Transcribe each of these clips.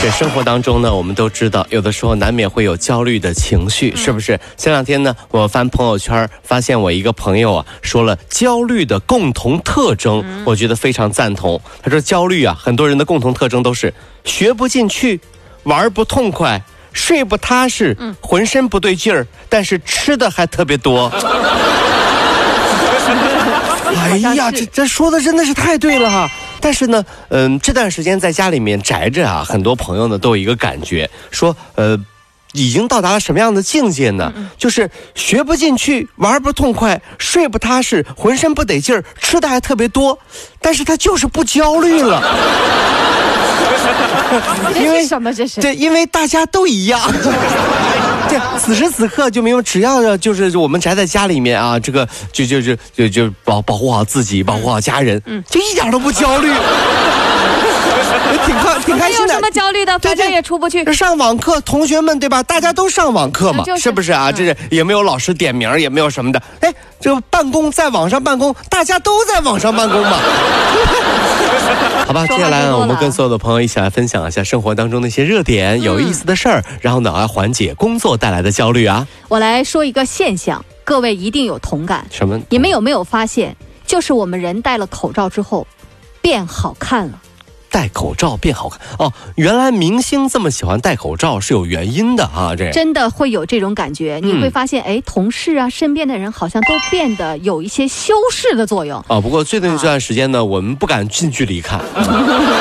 对生活当中呢，我们都知道，有的时候难免会有焦虑的情绪，是不是？前两天呢，我翻朋友圈儿，发现我一个朋友啊，说了焦虑的共同特征，我觉得非常赞同。他说，焦虑啊，很多人的共同特征都是学不进去，玩儿不痛快。睡不踏实，浑身不对劲儿，但是吃的还特别多。哎呀，这这说的真的是太对了哈。但是呢，嗯、这段时间在家里面宅着啊，很多朋友呢都有一个感觉，说呃，已经到达了什么样的境界呢？嗯就是学不进去，玩不痛快，睡不踏实，浑身不得劲儿，吃的还特别多，但是他就是不焦虑了，因 这为是什么？这是对，因为大家都一样。对，此时此刻就明白，只要就是我们宅在家里面啊，这个就就就就就保保护好自己，保护好家人，嗯就一点都不焦虑， 挺开挺开没心有的什。么焦虑的，对反正对也出不去这。上网课，同学们对吧？大家都上网课嘛，嗯就是是不是啊？这是也没有老师点名儿，也没有什么的。哎，这个办公在网上办公，大家都在网上办公嘛。 好吧，接说话下来多呢了啊我们跟所有的朋友一起来分享一下生活当中的一些热点、有意思的事儿，然后呢，来缓解工作带来的焦虑啊。我来说一个现象，各位一定有同感。什么？你们有没有发现，就是我们人戴了口罩之后，变好看了？戴口罩变好看哦？原来明星这么喜欢戴口罩是有原因的啊，这真的会有这种感觉，你嗯会发现，哎，同事啊，身边的人好像都变得有一些修饰的作用。啊、不过最近这段时间呢，我们不敢近距离看。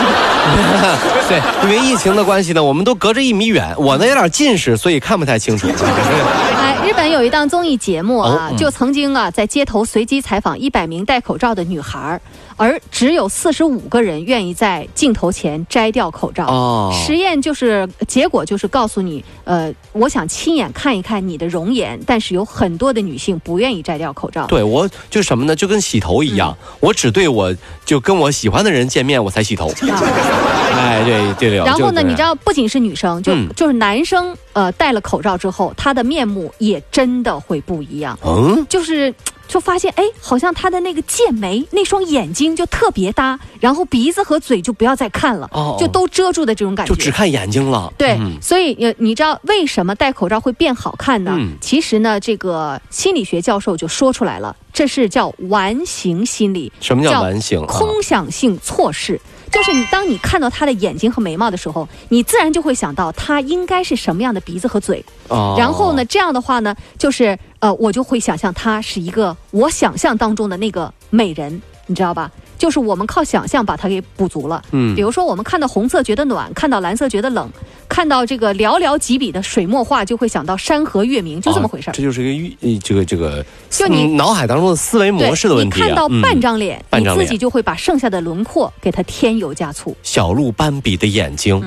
对，因为疫情的关系呢，我们都隔着一米远，我呢有点近视，所以看不太清 楚。哎，日本有一档综艺节目啊哦，嗯就曾经啊在街头随机采访一百名戴口罩的女孩儿，而只有四十五个人愿意在镜头前摘掉口罩。哦实验就是结果就是告诉你，呃，我想亲眼看一看你的容颜，但是有很多的女性不愿意摘掉口罩。对我就什么呢？就跟洗头一样，嗯我只对我就跟我喜欢的人见面我才洗 头。啊哎，对对了。然后就这呢，样你知道，不仅是女生，就、嗯就是男生，呃，戴了口罩之后，他的面目也真的会不一样。嗯，就是就发现，哎，好像他的那个剑眉、那双眼睛就特别搭，然后鼻子和嘴就不要再看了，哦就都遮住的这种感觉。就只看眼睛了。对，嗯所以你你知道为什么戴口罩会变好看呢？嗯其实呢，这个心理学教授就说出来了，这是叫完形心理，什么叫完形啊空想性错视。就是你，当你看到他的眼睛和眉毛的时候，你自然就会想到他应该是什么样的鼻子和嘴，哦然后呢，？这样的话呢，就是呃，我就会想象她是一个我想象当中的那个美人，你知道吧？就是我们靠想象把它给补足了。嗯比如说我们看到红色觉得暖，看到蓝色觉得冷，看到这个寥寥几笔的水墨画，就会想到山河月明，就这么回事儿哦。这就是一个预呃这个这个，就你嗯脑海当中的思维对模式的问题、啊。你看到嗯半张脸，半你张自脸己就会把剩下的轮廓给它添油加醋。小鹿斑比的眼睛，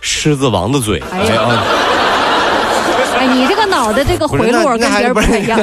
狮子王的嘴，嗯哎呀啊哎，你这个脑袋这个不是回路那那儿跟别还人不不是 太一样，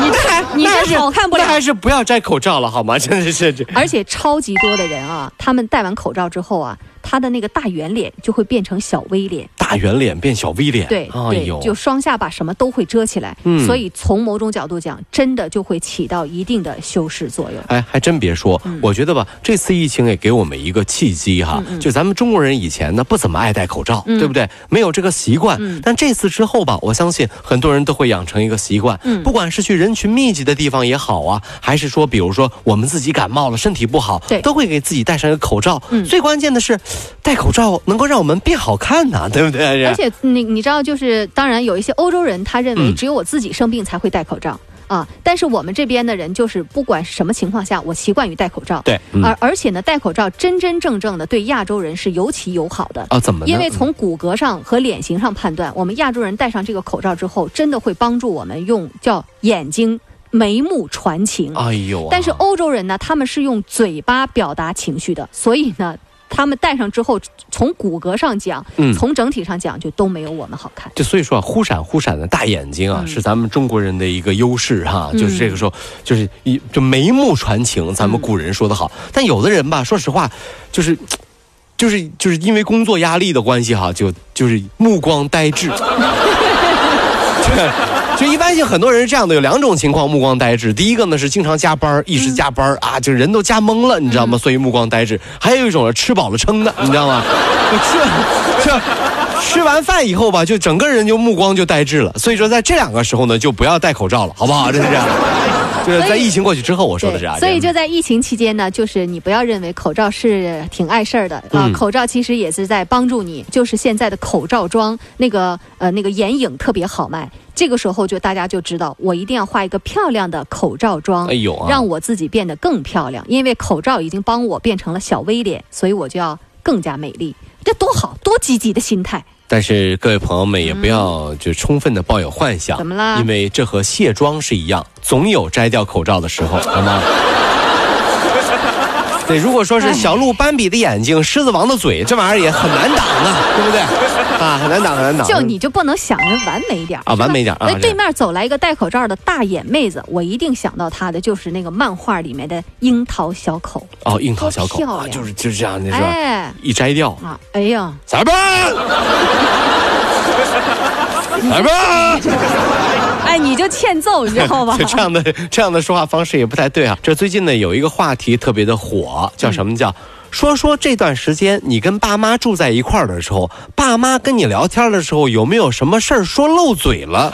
你这还你那还这是好看不了那。还是不要摘口罩了好吗？ 真的是这，而且超级多的人啊，他们戴完口罩之后啊，他的那个大圆脸就会变成小 V 脸，大圆脸变小 V 脸，哎对、对，就双下巴什么都会遮起来，嗯所以从某种角度讲，真的就会起到一定的修饰作用。哎，还真别说，嗯我觉得吧，这次疫情也给我们一个契机哈。嗯就咱们中国人以前呢不怎么爱戴口罩，对不对？没有这个习惯。嗯但这次之后吧，我相信很多人都会养成一个习惯，嗯不管是去人群密集的地方也好啊，还是说比如说我们自己感冒了，身体不好，对都会给自己戴上一个口罩。嗯最关键的是，戴口罩能够让我们变好看呐、对不对？而且你你知道，就是当然有一些欧洲人，他认为嗯只有我自己生病才会戴口罩。啊！但是我们这边的人就是不管什么情况下，我习惯于戴口罩。对嗯而而且呢，戴口罩真真正正的对亚洲人是尤其友好的。啊，怎么呢？因为从骨骼上和脸型上判断，我们亚洲人戴上这个口罩之后，真的会帮助我们用叫眼睛、眉目传情。哎呦啊、但是欧洲人呢，他们是用嘴巴表达情绪的，所以呢，他们戴上之后，从骨骼上讲，嗯从整体上讲，就都没有我们好看。就所以说啊，忽闪忽闪的大眼睛啊，嗯是咱们中国人的一个优势哈、嗯就是这个时候，就是一就眉目传情，咱们嗯古人说的好。但有的人吧，说实话，就是。就是就是因为工作压力的关系哈，就就是目光呆滞。 就一般性很多人是这样的，有两种情况目光呆滞。第一个呢是经常加班儿，一直加班儿、啊，就人都加懵了，你知道嗯吗？所以目光呆滞。还有一种是吃饱了撑的，你知道 吗？就就吃完饭以后吧，就整个人就目光就呆滞了。所以说在这两个时候呢，就不要戴口罩了，好不好？这是这样，就是在疫情过去之后，我说的是啊，所以这就样在疫情期间呢，就是你不要认为口罩是挺碍事儿的啊、嗯口罩其实也是在帮助你。就是现在的口罩妆，那个呃那个眼影特别好卖，这个时候就大家就知道，我一定要画一个漂亮的口罩妆，哎呦啊，让我自己变得更漂亮。因为口罩已经帮我变成了小 V 脸，所以我就要更加美丽，这多好，多积极的心态。但是各位朋友们也不要就充分的抱有幻想，嗯怎么啦因为这和卸妆是一样，总有摘掉口罩的时 候，好吗？对，如果说哎是小鹿斑比的眼睛、狮子王的嘴，这玩意儿也很难挡 啊，对不对？啊，很难挡，很难挡。就你就不能想着完美一点儿啊是吧完美一点啊那是对面走来一个戴口罩的大眼妹子，我一定想到她的就是那个漫画里面的樱桃小口，哦，樱桃小口多漂啊亮，就是就是这样，你说、哎一摘掉，啊，哎呀，咋 办？咋办？哎，你就欠揍，你知 道吧就？这样的这样的说话方式也不太对啊。这最近呢有一个话题特别的火，叫什么叫？说说这段时间你跟爸妈住在一块儿的时候，爸妈跟你聊天的时候有没有什么事儿说漏嘴了？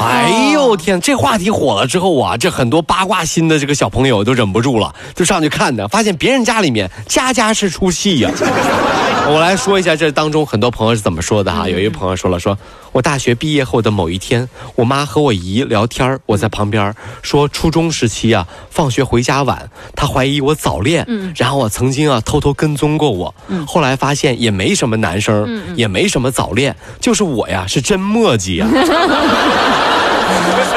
哎呦天！这话题火了之后啊，这很多八卦心的这个小朋友都忍不住了，就上去看的，发现别人家里面家家是出戏呀、我来说一下这当中很多朋友是怎么说的哈、有一朋友说了说，我大学毕业后的某一天，我妈和我姨聊天儿，我在旁边儿说，初中时期啊，放学回家晚，她怀疑我早恋，然后我曾经啊偷偷跟踪过我，后来发现也没什么男生，也没什么早恋，就是我呀是真墨迹呀、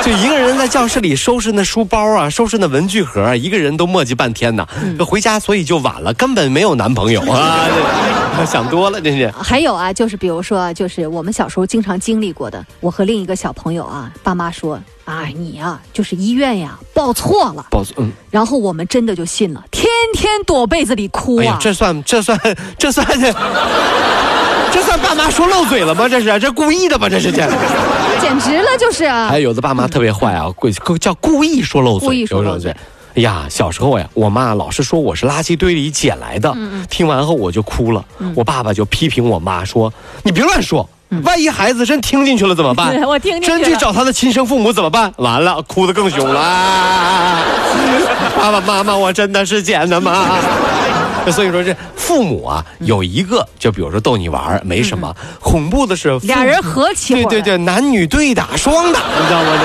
就一个人在教室里收拾那书包啊，收拾那文具盒啊，一个人都磨叽半天呢。回家所以就晚了，根本没有男朋友啊！这 想多了，真是。 还有啊，就是比如说啊，就是我们小时候经常经历过的，我和另一个小朋友啊，爸妈说啊，你呀、就是医院呀报错了，保嗯，然后我们真的就信了，天天躲被子里哭哎啊呀，，这算这算这算这，这算爸妈说漏嘴了吗？这是这故意的吧？这是这。简直了，就是啊还有的爸妈特别坏啊，故故叫故意说漏嘴，故意说漏嘴有一种。哎呀，小时候呀，我妈老是说我是垃圾堆里捡来的，嗯听完后我就哭了。我爸爸就批评我妈说：“你别乱说，万一孩子真听进去了怎么办？对嗯 我听进去了真去找他的亲生父母怎么办？完了，哭得更凶了。 啊爸爸妈妈，我真的是捡的吗？” 所以说，这父母啊，有一个就比如说逗你玩儿没什么，恐怖的是父嗯俩人合起伙对来对对，男女对打、双打，你知道吗？这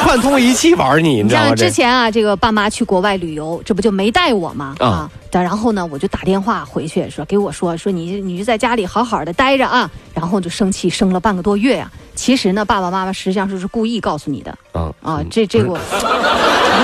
串通一气玩你，你知道吗？像这之前啊，这个爸妈去国外旅游，这不就没带我吗？啊啊，但然后呢，我就打电话回去说，给我说说你你就在家里好好的待着啊，然后就生气，生了半个多月呀、啊其实呢，爸爸妈妈实际上是故意告诉你的嗯啊，这这个我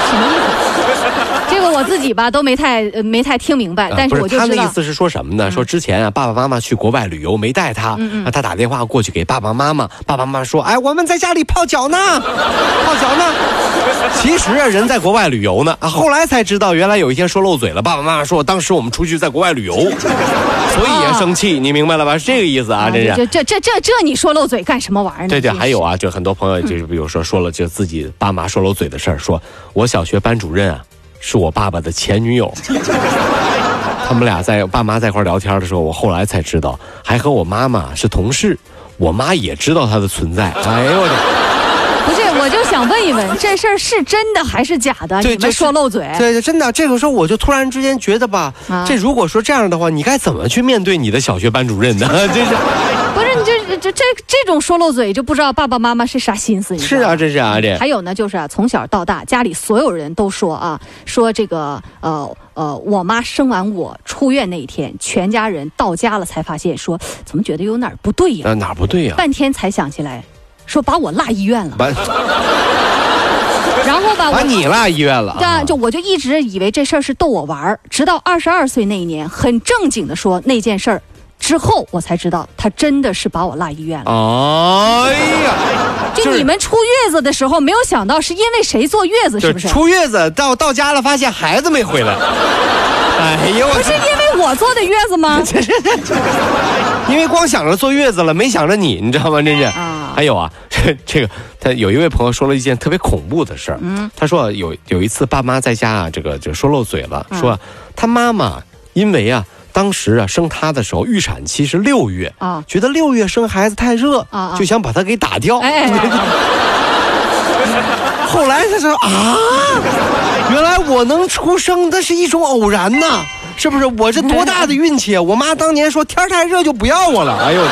什么意思？这个我自己吧都没太呃没太听明白，啊但是不我就他知的意道。嗯思是说什么呢？说之前啊，爸爸妈妈去国外旅游没带他，那他打电话过去给爸爸妈妈，爸爸妈妈说：“哎，我们在家里泡脚呢，泡脚呢。” 其实啊，人在国外旅游呢，啊，后来才知道原来有一天说漏嘴了。爸爸妈妈说，当时我们出去在国外旅游， 所以也生气，你明白了吧？是这个意思啊，真是。这这这这这你说漏嘴干什么玩意儿呢？对对，真是还有啊，就很多朋友就是比如说说了就自己爸妈说漏嘴的事儿，说我小学班主任啊是我爸爸的前女友。 他们俩在爸妈在一块儿聊天的时候，我后来才知道，还和我妈妈是同事，我妈也知道他的存 在。哎呦我的！不是，我就想问一问，这事儿是真的还是假的？对你这们是说漏嘴，对对，真的，这个时候我就突然之间觉得吧，哎啊这如果说这样的话，你该怎么去面对你的小学班主 任呢？真是。啊不是你这这这这种说漏嘴，就不知道爸爸妈妈是啥心思。你知是道吗啊，。这是啊，这还有呢，就是啊，从小到大，家里所有人都说啊，说这个呃呃，我妈生完我出院那一天，全家人到家了才发现说，怎么觉得有哪儿不对呀、那哪儿不对呀、啊 半天才想起来，说把我落医院了。把然后把吧，我你拉医院了啊。但就我就一直以为这事儿是逗我玩儿，直到二十二岁那一年，很正经的说那件事儿之后，我才知道他真的是把我拉医院了。哎呀，就你们出月子的时候，没有想到是因为谁坐月子，是就不是？出月子到到家了，发现孩子没 回来。哎呦，不我是因为我坐的月子 吗？因为光想着坐月子了，没想着你，你知道吗？真是。啊还有啊， 这这个，他有一位朋友说了一件特别恐怖的事儿。嗯，他说有有一次爸妈在家啊，这个就说漏嘴了，嗯说他妈妈因为啊，当时啊生他的时候预产期是六月，啊！觉得六月生孩子太热，啊就想把他给打掉。哎，后来他说啊，原来我能出生，那是一种偶然呐、是不是？我这多大的运气啊！我妈当年说天儿太热就不要我了。哎呦，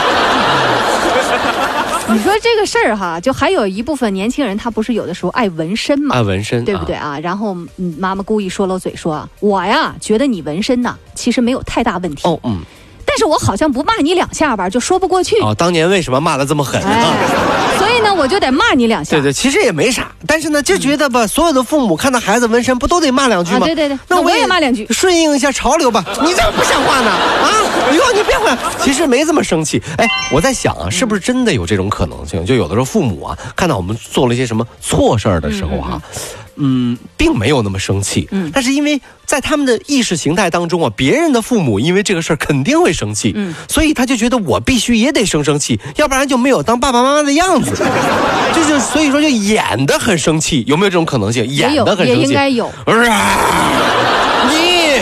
你说这个事儿哈，就还有一部分年轻人，他不是有的时候爱纹身嘛，按纹身，对不对？啊？然后嗯妈妈故意说漏嘴说，啊我呀觉得你纹身呐、其实没有太大问题，哦，嗯，但是我好像不骂你两下吧，就说不过去。哦，当年为什么骂的这么狠啊？哎，所以呢，我就得骂你两下。嗯对对，其实也没啥，但是呢，就觉得吧，所有的父母看到孩子纹身，不都得骂两句吗？啊对对对那我也骂两句顺应一下潮流 吧。你怎么不像话呢？啊，以后你别管。其实没这么生气。哎，我在想啊，是不是真的有这种可能性？就有的时候父母啊，看到我们做了一些什么错事儿的时候啊。嗯，并没有那么生气，嗯但是因为在他们的意识形态当中啊，别人的父母因为这个事儿肯定会生气，嗯所以他就觉得我必须也得生生气，要不然就没有当爸爸妈妈的样 子，就是所以说就演的很生气，有没有这种可能性？演也有的很生气，也应该有。啊 你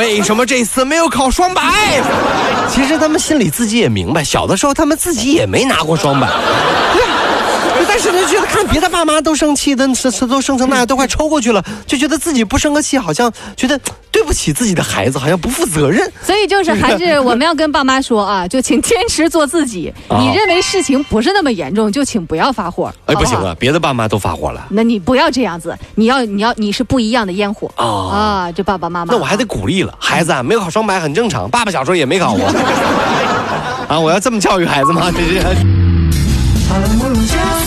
为什么这次没有考双百？其实他们心里自己也明白，小的时候他们自己也没拿过双百。对 但是呢，觉得看别的爸妈都生气的，是是都生成那样，都快抽过去了，就觉得自己不生个气，好像觉得对不起自己的孩子，好像不负责任。所以就是还是我们要跟爸妈说啊，就请坚持做自己。哦你认为事情不是那么严重，就请不要发火。哎，不好行好啊，别的爸妈都发火了，那你不要这样子，你要你要你是不一样的烟火、哦啊！这爸爸妈妈，那我还得鼓励了，孩子啊，没有考双百很正常，爸爸小时候也没考过。 啊，我要这么教育孩子吗？这是。 Just